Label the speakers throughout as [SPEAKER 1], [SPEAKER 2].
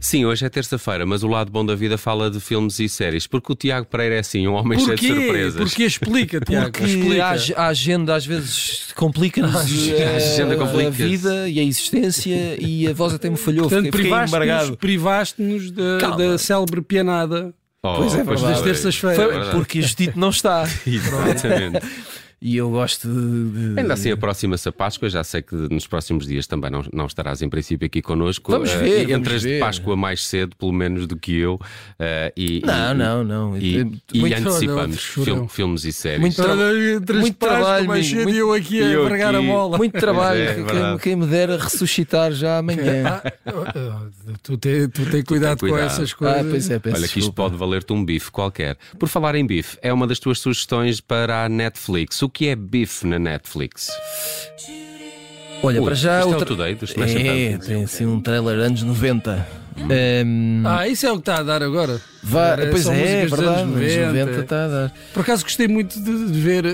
[SPEAKER 1] Sim, hoje é terça-feira, mas o lado bom da vida fala de filmes e séries, porque o Tiago Pereira é assim, um homem cheio de surpresas.
[SPEAKER 2] Porquê? Explica, Tiago.
[SPEAKER 3] Porque a, ag- a agenda às vezes complica-nos
[SPEAKER 1] A agenda
[SPEAKER 3] a-
[SPEAKER 1] complica-se.
[SPEAKER 3] a vida e a existência e a voz até me falhou.
[SPEAKER 2] Portanto,
[SPEAKER 3] fiquei, fiquei
[SPEAKER 2] privaste-nos
[SPEAKER 3] embargado.
[SPEAKER 2] privaste da,
[SPEAKER 3] Calma.
[SPEAKER 2] da célebre pianada
[SPEAKER 1] Oh,
[SPEAKER 2] Pois é,
[SPEAKER 1] foi.
[SPEAKER 2] das terças-feiras.
[SPEAKER 1] É
[SPEAKER 3] Foi
[SPEAKER 1] verdade.
[SPEAKER 3] porque Justito não está.
[SPEAKER 1] Exatamente.
[SPEAKER 3] E eu gosto de. de-
[SPEAKER 1] Ainda assim aproxima-se a Páscoa, já sei que nos próximos dias também não, não estarás em princípio aqui connosco.
[SPEAKER 3] Vamos
[SPEAKER 1] Eh,
[SPEAKER 3] ver,
[SPEAKER 1] e
[SPEAKER 3] vamos
[SPEAKER 1] entras de
[SPEAKER 3] ver.
[SPEAKER 1] Páscoa mais cedo, pelo menos, do que eu. eh, e,
[SPEAKER 3] Não,
[SPEAKER 1] e-
[SPEAKER 3] não, não.
[SPEAKER 1] E, e
[SPEAKER 3] Muito-
[SPEAKER 2] olha,
[SPEAKER 1] antecipamos
[SPEAKER 2] outro chorão.
[SPEAKER 1] film- filmes e séries.
[SPEAKER 3] Muito
[SPEAKER 2] Tra- tra-
[SPEAKER 3] muito trabalho,
[SPEAKER 2] mais
[SPEAKER 3] amigo,
[SPEAKER 2] cedo e é eu aqui
[SPEAKER 1] e
[SPEAKER 2] a
[SPEAKER 1] eu
[SPEAKER 2] empregar a
[SPEAKER 1] aqui.
[SPEAKER 2] mola.
[SPEAKER 3] Muito trabalho.
[SPEAKER 1] Pois é, é
[SPEAKER 3] quem-
[SPEAKER 1] verdade.
[SPEAKER 3] quem, me dera ressuscitar já amanhã.
[SPEAKER 2] Ah, ah, ah, tu tens tu tem cuidado com
[SPEAKER 1] cuidado.
[SPEAKER 2] essas coisas.
[SPEAKER 3] Ah, pois é, peço
[SPEAKER 1] Olha, que isto
[SPEAKER 3] desculpa.
[SPEAKER 1] pode valer-te um bife qualquer. Por falar em bife, é uma das tuas sugestões para a Netflix. O que é bife na Netflix?
[SPEAKER 3] Olha,
[SPEAKER 1] Ui,
[SPEAKER 3] para já.
[SPEAKER 1] isto é
[SPEAKER 3] o tra-
[SPEAKER 1] up-to-date, isto não é
[SPEAKER 3] É,
[SPEAKER 1] instantâneo.
[SPEAKER 3] tem assim um trailer anos Hum. 90.
[SPEAKER 1] Hum.
[SPEAKER 3] Ahm,
[SPEAKER 2] Ah, isso é o que está a dar agora.
[SPEAKER 3] vá-
[SPEAKER 2] Agora
[SPEAKER 3] pois
[SPEAKER 2] são
[SPEAKER 3] é, é
[SPEAKER 2] músicas dos
[SPEAKER 3] verdade.
[SPEAKER 2] anos
[SPEAKER 3] Anos 90,
[SPEAKER 2] 90.
[SPEAKER 3] está a dar.
[SPEAKER 2] Por acaso gostei muito de, de ver eh,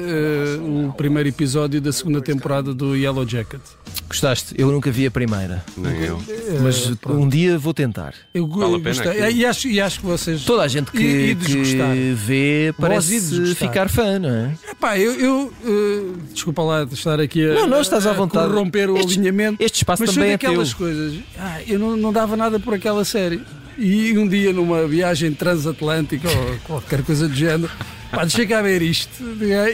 [SPEAKER 2] o primeiro episódio da segunda temporada do Yellow Jacket.
[SPEAKER 3] Gostaste? Eu nunca vi a primeira,
[SPEAKER 2] É,
[SPEAKER 1] Nem é eu.
[SPEAKER 3] mas um dia vou tentar.
[SPEAKER 2] Eu
[SPEAKER 1] Vale a pena
[SPEAKER 2] gostei.
[SPEAKER 1] aquilo.
[SPEAKER 2] E acho, e acho que vocês.
[SPEAKER 3] Toda a gente que,
[SPEAKER 2] E- e desgostar.
[SPEAKER 3] que vê
[SPEAKER 2] e
[SPEAKER 3] parece
[SPEAKER 2] desgostar.
[SPEAKER 3] ficar fã, não é?
[SPEAKER 2] Epá, eu. eu, eh, desculpa lá de estar aqui a.
[SPEAKER 3] Não, não, estás à vontade.
[SPEAKER 2] romper o
[SPEAKER 3] Estes-
[SPEAKER 2] alinhamento.
[SPEAKER 3] Este espaço
[SPEAKER 2] Mas são
[SPEAKER 3] também é teu.
[SPEAKER 2] daquelas coisas. Ah, eu não, não dava nada por aquela série. E um dia, numa viagem transatlântica ou qualquer coisa do género, pá, deixei cá ver isto.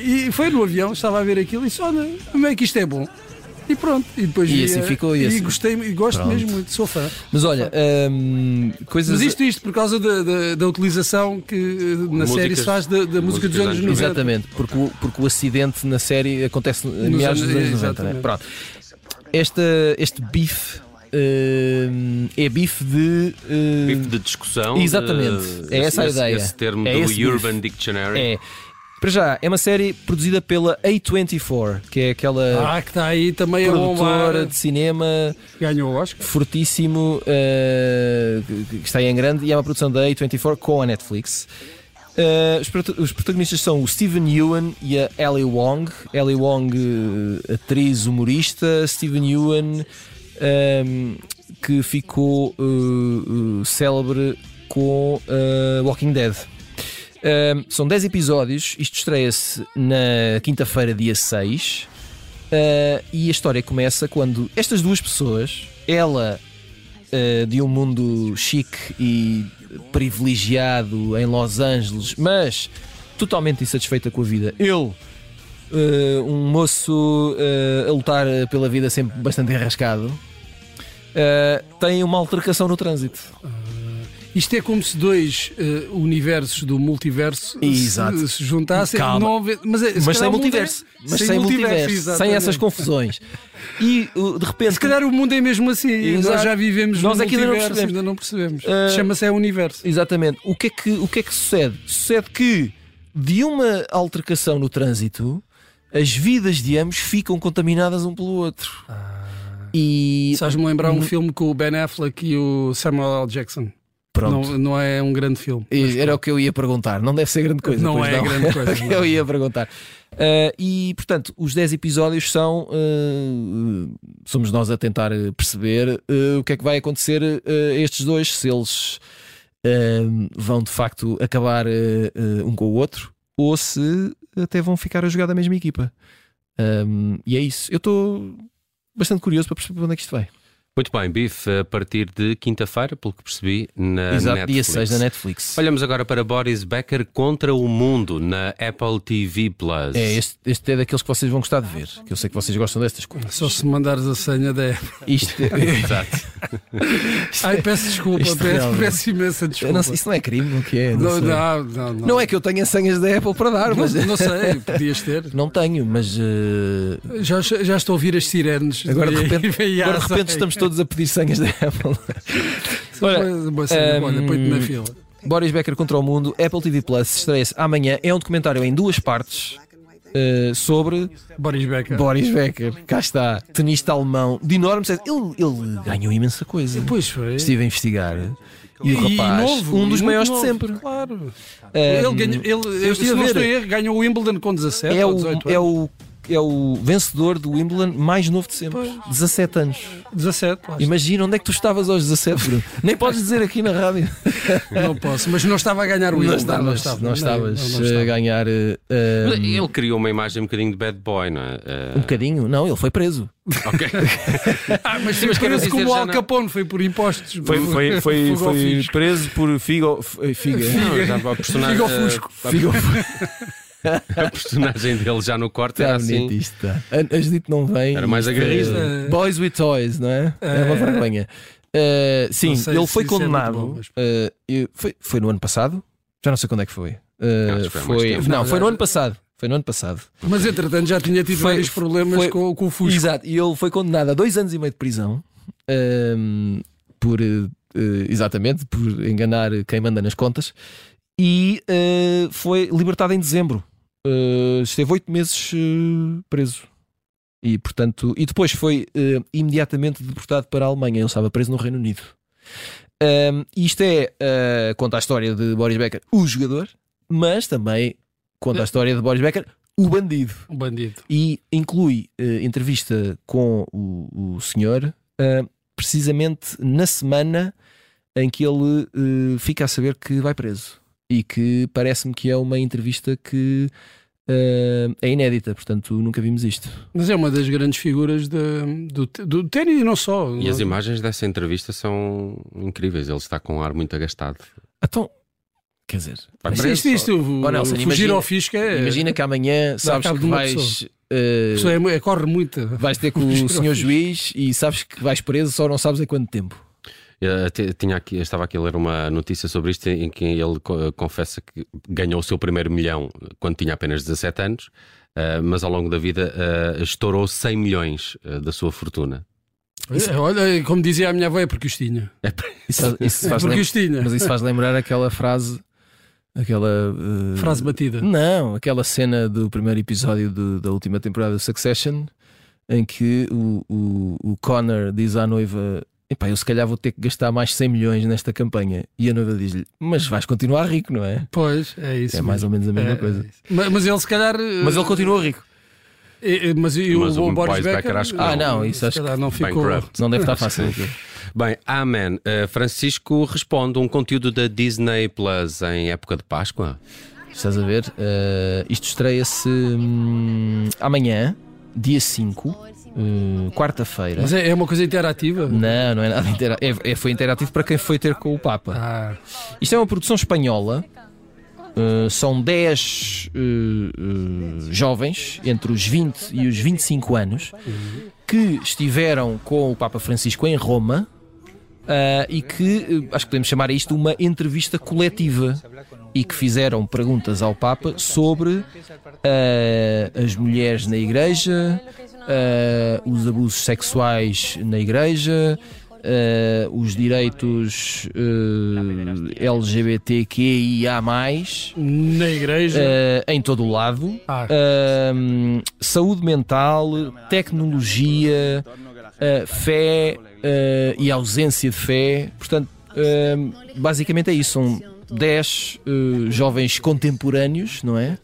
[SPEAKER 2] E foi no avião, estava a ver aquilo e disse: olha, como é que isto é bom? E pronto. E depois
[SPEAKER 3] E
[SPEAKER 2] vi,
[SPEAKER 3] assim
[SPEAKER 2] eh,
[SPEAKER 3] ficou, e
[SPEAKER 2] E
[SPEAKER 3] assim-
[SPEAKER 2] gostei, e gosto
[SPEAKER 3] Pronto.
[SPEAKER 2] mesmo muito, sou fã.
[SPEAKER 3] Mas olha, hum, coisas.
[SPEAKER 2] Mas isto, isto por causa da, da, da utilização que eh, na
[SPEAKER 1] Músicas-
[SPEAKER 2] série se faz da, da música dos anos 90.
[SPEAKER 3] Exatamente, porque o, porque o acidente na série acontece em
[SPEAKER 2] Nos
[SPEAKER 3] meados
[SPEAKER 2] anos-
[SPEAKER 3] dos anos 90.
[SPEAKER 2] exatamente.
[SPEAKER 3] né? Pronto. Esta, este bife hum, é bife de. hum,
[SPEAKER 1] Bife Tipo de discussão.
[SPEAKER 3] Exatamente,
[SPEAKER 1] eh,
[SPEAKER 3] é essa a
[SPEAKER 1] esse-
[SPEAKER 3] ideia.
[SPEAKER 1] Esse termo
[SPEAKER 3] É
[SPEAKER 1] do
[SPEAKER 3] esse bife.
[SPEAKER 1] Urban Dictionary.
[SPEAKER 3] é. Para já, é uma série produzida pela A24, que é aquela
[SPEAKER 2] Ah, que está aí também a
[SPEAKER 3] produtora
[SPEAKER 2] bombar.
[SPEAKER 3] de cinema.
[SPEAKER 2] Ganhou o Oscar.
[SPEAKER 3] fortíssimo eh, que que está aí em grande e é uma produção da A24 com a Netflix. Eh, os, prota- os protagonistas são o Steven Yeun e a Ellie Wong. Ellie Wong, eh, atriz humorista, Steven Yeun, ehm, que ficou eh, eh, célebre com eh, Walking Dead. Ehm, são 10 episódios, isto estreia-se na quinta-feira, dia 6. Uh, e a história começa quando estas duas pessoas, ela uh, de um mundo chique e privilegiado em Los Angeles, mas totalmente insatisfeita com a vida, ele. uh, um moço uh, a lutar pela vida sempre bastante enrascado uh, tem uma altercação no trânsito.
[SPEAKER 2] Isto é como se dois eh, universos do multiverso se-
[SPEAKER 3] Exato.
[SPEAKER 2] Se, juntassem.
[SPEAKER 3] Calma.
[SPEAKER 2] Não houve- mas, é- se
[SPEAKER 3] Mas
[SPEAKER 2] calhar
[SPEAKER 3] sem
[SPEAKER 2] o mundo é-
[SPEAKER 3] multiverso, mas sem, multiverso, sem
[SPEAKER 2] exatamente.
[SPEAKER 3] essas confusões. E uh, de repente,
[SPEAKER 2] Se calhar o mundo é mesmo assim. e Nós
[SPEAKER 3] Exato.
[SPEAKER 2] já vivemos
[SPEAKER 3] Nós
[SPEAKER 2] num
[SPEAKER 3] é que ainda não
[SPEAKER 2] multiverso,
[SPEAKER 3] percebemos.
[SPEAKER 2] ainda não percebemos.
[SPEAKER 3] Eh,
[SPEAKER 2] Chama-se é universo.
[SPEAKER 3] Exatamente. O que é que, o que, é que sucede? Sucede que de uma altercação no trânsito, as vidas de ambos ficam contaminadas um pelo outro.
[SPEAKER 2] Ah.
[SPEAKER 3] E
[SPEAKER 2] Estás-me a lembrar um
[SPEAKER 3] Hum.
[SPEAKER 2] filme com o Ben Affleck e o Samuel L. Jackson. Não,
[SPEAKER 3] pronto.
[SPEAKER 2] não é um grande filme.
[SPEAKER 3] E Era o que eu ia perguntar. Não deve ser grande coisa.
[SPEAKER 2] não
[SPEAKER 3] pois
[SPEAKER 2] é grande coisa.
[SPEAKER 3] Era o que eu ia perguntar. Ah, e portanto, os 10 episódios são. ah, somos nós a tentar ah, perceber ah, o que é que vai acontecer ah, a estes dois, se eles ah, vão de facto acabar ah, ah, um com o outro ou se até vão ficar a jogar da mesma equipa. Ah, e é isso. Eu estou bastante curioso para perceber para onde é que isto vai.
[SPEAKER 1] Muito bem, bife a partir de quinta-feira, pelo que percebi, É na
[SPEAKER 3] Exato,
[SPEAKER 1] Netflix.
[SPEAKER 3] dia 6 da Netflix.
[SPEAKER 1] Olhamos agora para Boris Becker contra o mundo na Apple TV Plus.
[SPEAKER 3] É, este, este é daqueles que vocês vão gostar de ver, que eu sei que vocês gostam destas coisas.
[SPEAKER 2] Só se mandares a senha da app.
[SPEAKER 3] Isto, é-
[SPEAKER 1] Exato.
[SPEAKER 2] Ai, peço desculpa,
[SPEAKER 3] Isto é
[SPEAKER 2] peço,
[SPEAKER 3] realmente-
[SPEAKER 2] peço imensa
[SPEAKER 3] Eu
[SPEAKER 2] desculpa.
[SPEAKER 3] não sei- isso não é crime, o que é?
[SPEAKER 2] não,
[SPEAKER 3] Não, sei.
[SPEAKER 2] não, não, não.
[SPEAKER 3] Não é que eu tenha senhas da Apple para dar, mas. eh,
[SPEAKER 2] Não sei, podias ter.
[SPEAKER 3] Não tenho, mas. eh,
[SPEAKER 2] Já, já estou a ouvir as sirenes.
[SPEAKER 3] Agora de repente-
[SPEAKER 2] vem
[SPEAKER 3] agora de
[SPEAKER 2] asa.
[SPEAKER 3] repente estamos todos a pedir senhas da Apple. Olha,
[SPEAKER 2] Uma- uma cena,
[SPEAKER 3] hum,
[SPEAKER 2] olha, põe-te na fila.
[SPEAKER 3] Boris Becker contra o Mundo, Apple TV Plus, estreia-se amanhã. É um documentário em duas partes eh, sobre
[SPEAKER 2] Boris Becker.
[SPEAKER 3] Boris Becker. Cá está, tenista alemão de enorme sucesso. Ele, ele ganhou imensa coisa.
[SPEAKER 2] Pois foi.
[SPEAKER 3] Estive a investigar. E o
[SPEAKER 2] E
[SPEAKER 3] rapaz,
[SPEAKER 2] novo,
[SPEAKER 3] um dos
[SPEAKER 2] muito
[SPEAKER 3] maiores
[SPEAKER 2] novo,
[SPEAKER 3] de sempre.
[SPEAKER 2] Claro.
[SPEAKER 3] Eh,
[SPEAKER 2] ele ganhou, ele,
[SPEAKER 3] eu
[SPEAKER 2] se
[SPEAKER 3] estive a
[SPEAKER 2] não
[SPEAKER 3] ver.
[SPEAKER 2] estou em erro, ganhou o Wimbledon com 17
[SPEAKER 3] é
[SPEAKER 2] ou
[SPEAKER 3] o,
[SPEAKER 2] 18
[SPEAKER 3] é
[SPEAKER 2] anos.
[SPEAKER 3] o é o vencedor do Wimbledon mais novo de sempre. 17 anos.
[SPEAKER 2] é? 17, lá está.
[SPEAKER 3] Imagina onde é que tu estavas aos 17, Bruno. Nem podes dizer aqui na rádio.
[SPEAKER 2] Não posso, mas não estava a ganhar o
[SPEAKER 3] Não
[SPEAKER 2] Wimbledon.
[SPEAKER 3] estavas, não estavas,
[SPEAKER 2] não, não
[SPEAKER 3] a
[SPEAKER 2] estava.
[SPEAKER 3] ganhar eh, eh,
[SPEAKER 1] Mas Ele criou uma imagem um bocadinho de bad boy, não é? Eh,
[SPEAKER 3] um bocadinho. Não, ele foi preso.
[SPEAKER 1] ok.
[SPEAKER 2] Ah, mas
[SPEAKER 1] Sim, mas quero
[SPEAKER 2] parece
[SPEAKER 1] dizer,
[SPEAKER 2] como o
[SPEAKER 1] já
[SPEAKER 2] Al
[SPEAKER 1] não-
[SPEAKER 2] Capone foi por impostos.
[SPEAKER 4] Foi,
[SPEAKER 2] por-
[SPEAKER 4] foi, foi,
[SPEAKER 2] fuga ao
[SPEAKER 4] foi
[SPEAKER 2] fisco.
[SPEAKER 4] preso por figo.
[SPEAKER 2] eh,
[SPEAKER 3] Figa.
[SPEAKER 1] Não, já a personagem,
[SPEAKER 2] Fica ao fusco.
[SPEAKER 1] a- a personagem dele já no corte
[SPEAKER 3] Está
[SPEAKER 1] era assim.
[SPEAKER 3] bonito isto. Tá. A- Angelito não vem.
[SPEAKER 1] Era mais
[SPEAKER 3] Isto,
[SPEAKER 1] agarrido.
[SPEAKER 3] eh, Boys with Toys, não é? É, uma vergonha. Eh, sim,
[SPEAKER 2] Não sei
[SPEAKER 3] ele
[SPEAKER 2] se
[SPEAKER 3] foi
[SPEAKER 2] isso é muito
[SPEAKER 3] condenado.
[SPEAKER 2] bom, mas-
[SPEAKER 3] eh, eu- foi, foi no ano passado? Já não sei quando é que foi. Eh,
[SPEAKER 1] Acho que foi há mais
[SPEAKER 3] foi
[SPEAKER 1] tempo.
[SPEAKER 3] não,
[SPEAKER 2] Não,
[SPEAKER 3] foi
[SPEAKER 2] já-
[SPEAKER 3] no ano passado. Foi no ano passado.
[SPEAKER 2] Mas entretanto já tinha tido
[SPEAKER 3] Foi-
[SPEAKER 2] vários problemas
[SPEAKER 3] foi-
[SPEAKER 2] com, com o Fusco.
[SPEAKER 3] Exato, e ele foi condenado a dois anos e meio de prisão ehm, por eh, eh, exatamente por enganar quem manda nas contas e eh, foi libertado em dezembro. Eh, esteve oito meses eh, preso. E, portanto, e depois foi eh, imediatamente deportado para a Alemanha. Ele estava preso no Reino Unido. Ehm, isto é, eh, conta a história de Boris Becker, o jogador, mas também conta a história de Boris Becker, o bandido
[SPEAKER 2] Um bandido.
[SPEAKER 3] e inclui eh, entrevista com o, o senhor eh, precisamente na semana em que ele eh, fica a saber que vai preso e que parece-me que é uma entrevista que eh, é inédita, portanto nunca vimos isto.
[SPEAKER 2] Mas é uma das grandes figuras de- do, te- do ténis e não só.
[SPEAKER 1] E as imagens dessa entrevista são incríveis. Ele está com um ar muito agastado.
[SPEAKER 3] Então, quer dizer,
[SPEAKER 1] Vai
[SPEAKER 3] mas
[SPEAKER 1] preso.
[SPEAKER 2] Isto, isto, o,
[SPEAKER 3] Oh, Nelson,
[SPEAKER 2] o fugir
[SPEAKER 3] imagina-
[SPEAKER 2] ao fisco é.
[SPEAKER 3] imagina que amanhã sabes
[SPEAKER 2] cabo
[SPEAKER 3] que
[SPEAKER 2] de uma
[SPEAKER 3] vais.
[SPEAKER 2] pessoa.
[SPEAKER 3] eh,
[SPEAKER 2] a pessoa é mu- é- corre muito.
[SPEAKER 3] Vais ter com o
[SPEAKER 2] Fugir
[SPEAKER 3] senhor
[SPEAKER 2] ao
[SPEAKER 3] juiz e sabes que vais preso, só não sabes em quanto tempo.
[SPEAKER 1] Eu te- tinha aqui, eu estava aqui a ler uma notícia sobre isto em que ele co- eh, confessa que ganhou o seu primeiro milhão eh, quando tinha apenas 17 anos, eh, mas ao longo da vida eh, estourou 100 milhões eh, da sua fortuna.
[SPEAKER 2] É, Olha, como dizia a minha avó, é porque os tinha.
[SPEAKER 3] Isso, isso
[SPEAKER 2] É
[SPEAKER 3] faz
[SPEAKER 2] porque
[SPEAKER 3] lem-
[SPEAKER 2] os tinha.
[SPEAKER 3] Mas isso faz lembrar aquela frase. Aquela. eh,
[SPEAKER 2] Frase batida.
[SPEAKER 3] Não, aquela cena do primeiro episódio de- da última temporada do Succession, em que o, o, o Connor diz à noiva: Epá, eu se calhar vou ter que gastar mais 100 milhões nesta campanha. E a noiva diz-lhe: Mas vais continuar rico, não é?
[SPEAKER 2] Pois, é isso.
[SPEAKER 3] é mais ou menos a mesma
[SPEAKER 2] É,
[SPEAKER 3] coisa.
[SPEAKER 2] é isso. Ma- Mas, ele se calhar.
[SPEAKER 3] Mas ele continua rico.
[SPEAKER 2] eh, eh, Mas, e o,
[SPEAKER 1] Mas o
[SPEAKER 2] o Boris
[SPEAKER 1] Boris
[SPEAKER 2] Becker,
[SPEAKER 1] Becker acho que
[SPEAKER 3] Ah, não, isso
[SPEAKER 2] se
[SPEAKER 3] acho
[SPEAKER 2] calhar não ficou.
[SPEAKER 1] Bankrupt.
[SPEAKER 3] Não deve estar fácil aquilo.
[SPEAKER 1] Bem, amém. Eh, Francisco responde um conteúdo da Disney Plus em época de Páscoa.
[SPEAKER 3] Estás a ver? Eh, isto estreia-se hum, amanhã, dia 5, hum, quarta-feira.
[SPEAKER 2] Mas é, é uma coisa interativa?
[SPEAKER 3] Não, não é nada interativo. É, foi interativo para quem foi ter com o Papa.
[SPEAKER 2] Ah,
[SPEAKER 3] Isto é uma produção espanhola. Uh, são 10 uh, uh, jovens entre os 20 e os 25 anos que estiveram com o Papa Francisco em Roma uh, e que uh, acho que podemos chamar isto uma entrevista coletiva e que fizeram perguntas ao Papa sobre uh, as mulheres na igreja, uh, os abusos sexuais na igreja, eh, os direitos eh, LGBTQIA,
[SPEAKER 2] na igreja.
[SPEAKER 3] eh, em todo o lado,
[SPEAKER 2] Ah,
[SPEAKER 3] Ahm, saúde mental, tecnologia, eh, fé eh, e ausência de fé. Portanto, ahm, basicamente é isso. São 10 eh, jovens contemporâneos, não é?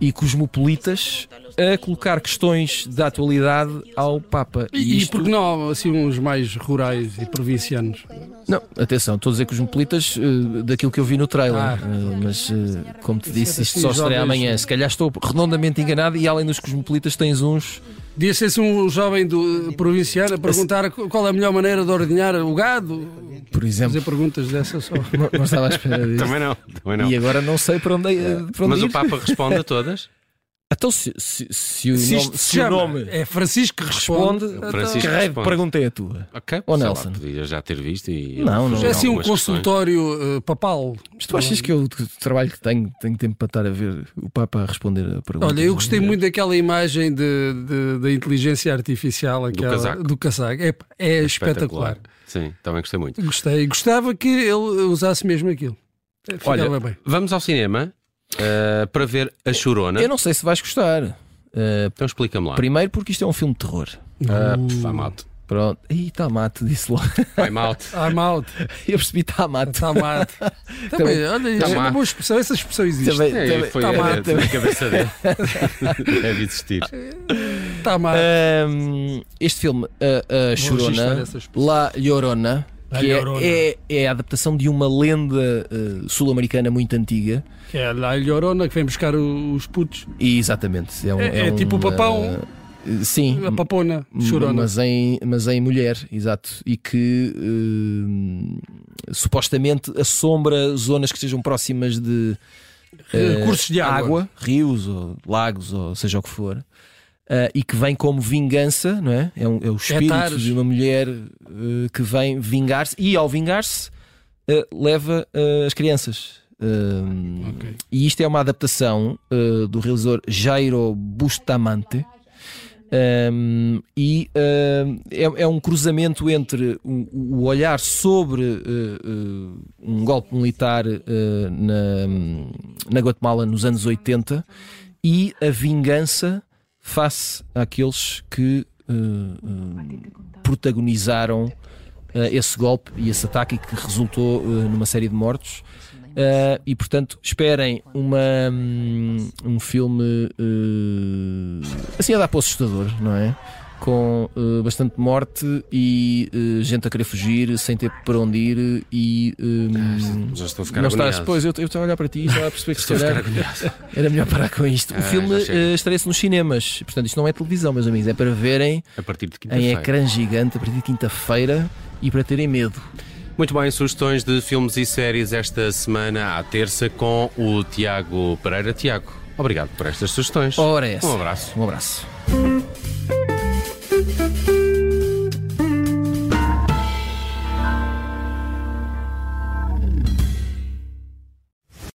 [SPEAKER 3] E cosmopolitas a colocar questões da atualidade ao Papa.
[SPEAKER 2] e, e
[SPEAKER 3] isto-
[SPEAKER 2] porque não, assim, uns mais rurais e provincianos?
[SPEAKER 3] Não, atenção, estou a dizer que os mopolitas eh, daquilo que eu vi no trailer,
[SPEAKER 2] Ah.
[SPEAKER 3] eh, mas eh, como te disse, isto só
[SPEAKER 2] Sim,
[SPEAKER 3] estreia
[SPEAKER 2] jovens.
[SPEAKER 3] amanhã. Se calhar estou redondamente enganado e além dos cosmopolitas tens uns.
[SPEAKER 2] Podia ser-se um jovem do, provinciano a perguntar qual é a melhor maneira de ordenhar o gado.
[SPEAKER 3] Por exemplo,
[SPEAKER 2] Fazer perguntas dessas só.
[SPEAKER 3] não, não estava à espera disso.
[SPEAKER 1] Também não, também não. É.
[SPEAKER 3] E agora não sei para onde, eh, para onde
[SPEAKER 1] Mas
[SPEAKER 3] ir.
[SPEAKER 1] o Papa responde a todas.
[SPEAKER 3] Então, se, se- se o
[SPEAKER 2] Se
[SPEAKER 3] nome,
[SPEAKER 2] isto se
[SPEAKER 3] se o
[SPEAKER 2] chama-
[SPEAKER 3] nome
[SPEAKER 2] É Francisco que responde. então,
[SPEAKER 3] responde,
[SPEAKER 1] Francisco
[SPEAKER 3] que raio de
[SPEAKER 1] responde.
[SPEAKER 3] pergunta é a tua?
[SPEAKER 1] Ok,
[SPEAKER 3] Ou
[SPEAKER 1] sei lá,
[SPEAKER 3] Nelson.
[SPEAKER 1] Podia já ter visto e.
[SPEAKER 3] Não, não.
[SPEAKER 1] fugir
[SPEAKER 2] É assim um
[SPEAKER 1] algumas questões.
[SPEAKER 2] consultório eh, papal.
[SPEAKER 3] Mas tu achas que eu, o trabalho que tenho, tenho tempo para estar a ver o Papa a responder a pergunta?
[SPEAKER 2] Olha, eu gostei muito daquela imagem de, de- da inteligência artificial, aquela,
[SPEAKER 1] casaco.
[SPEAKER 2] do casaco. É, é espetacular.
[SPEAKER 1] Sim, também gostei muito.
[SPEAKER 2] Gostei. Gostava que ele usasse mesmo aquilo. Eh, Ficava
[SPEAKER 1] Olha,
[SPEAKER 2] bem.
[SPEAKER 1] Vamos ao cinema eh, para ver a Chorona.
[SPEAKER 3] Eu não sei se vais gostar. Eh,
[SPEAKER 1] Então explica-me lá.
[SPEAKER 2] uh,
[SPEAKER 3] primeiro, porque isto é um filme de terror.
[SPEAKER 1] Ah, pff, amado.
[SPEAKER 3] Pronto. Ih, está mate, disse logo.
[SPEAKER 1] I'm out.
[SPEAKER 2] I'm out.
[SPEAKER 3] Eu percebi está mate.
[SPEAKER 2] Está mate. tá Também, olha, isto é uma
[SPEAKER 1] mate.
[SPEAKER 2] boa expressão. Essa expressão existe.
[SPEAKER 3] Também,
[SPEAKER 1] É,
[SPEAKER 3] também,
[SPEAKER 1] foi
[SPEAKER 3] tá
[SPEAKER 1] a,
[SPEAKER 3] mate,
[SPEAKER 1] a-
[SPEAKER 3] também.
[SPEAKER 1] a cabeça dele. Deve existir.
[SPEAKER 2] Está mate.
[SPEAKER 3] Ahm, Ehm, este filme, a, a
[SPEAKER 2] Tá registrar
[SPEAKER 3] Ah, Chorona,
[SPEAKER 2] essa expressão.
[SPEAKER 3] La Llorona,
[SPEAKER 2] La
[SPEAKER 3] que é-
[SPEAKER 2] Llorona.
[SPEAKER 3] É, é a adaptação de uma lenda eh, sul-americana muito antiga.
[SPEAKER 2] Que é lá a Llorona que vem buscar o- os putos.
[SPEAKER 3] E exatamente. É, um,
[SPEAKER 2] É- é
[SPEAKER 3] um,
[SPEAKER 2] tipo o Papão.
[SPEAKER 3] eh, sim. Hum,
[SPEAKER 2] A papona. Chorona.
[SPEAKER 3] Mas em, mas em mulher, exato. E que eh, supostamente assombra zonas que sejam próximas de eh,
[SPEAKER 2] Recursos de água.
[SPEAKER 3] rios ou lagos, ou seja o que for. Eh, e que vem como vingança, não é? É, um- é o espírito
[SPEAKER 2] Tares.
[SPEAKER 3] de uma mulher eh, que vem vingar-se e, ao vingar-se, eh, leva eh, as crianças. Eh,
[SPEAKER 2] Ok.
[SPEAKER 3] e isto é uma adaptação eh, do realizador Jairo Bustamante. Um, e um, é, é um cruzamento entre o, o olhar sobre eh, eh, um golpe militar eh, na, na Guatemala nos anos 80 e a vingança face àqueles que eh, eh, protagonizaram eh, esse golpe e esse ataque e que resultou eh, numa série de mortos. Eh, e portanto, esperem uma, hum, um filme eh, assim a dar para o assustador, não é? Com eh, bastante morte e eh, gente a querer fugir sem ter para onde ir. E hum,
[SPEAKER 1] Já estou a ficar
[SPEAKER 3] não estás,
[SPEAKER 1] agoniado.
[SPEAKER 3] pois eu eu estava a olhar para ti e estava a perceber que se
[SPEAKER 1] Estou a ficar
[SPEAKER 3] calhar
[SPEAKER 1] agoniado.
[SPEAKER 3] era melhor parar com isto.
[SPEAKER 1] Ah,
[SPEAKER 3] O filme
[SPEAKER 1] já chega.
[SPEAKER 3] eh, estreia-se nos cinemas, portanto, isto não é televisão, meus amigos, é para verem
[SPEAKER 1] A partir de
[SPEAKER 3] em
[SPEAKER 1] quinta-feira.
[SPEAKER 3] ecrã gigante a partir de quinta-feira e para terem medo.
[SPEAKER 1] Muito bem, sugestões de filmes e séries esta semana à terça com o Tiago Pereira. Tiago, obrigado por estas sugestões.
[SPEAKER 3] Ora, é essa.
[SPEAKER 1] Um abraço.
[SPEAKER 3] Um abraço.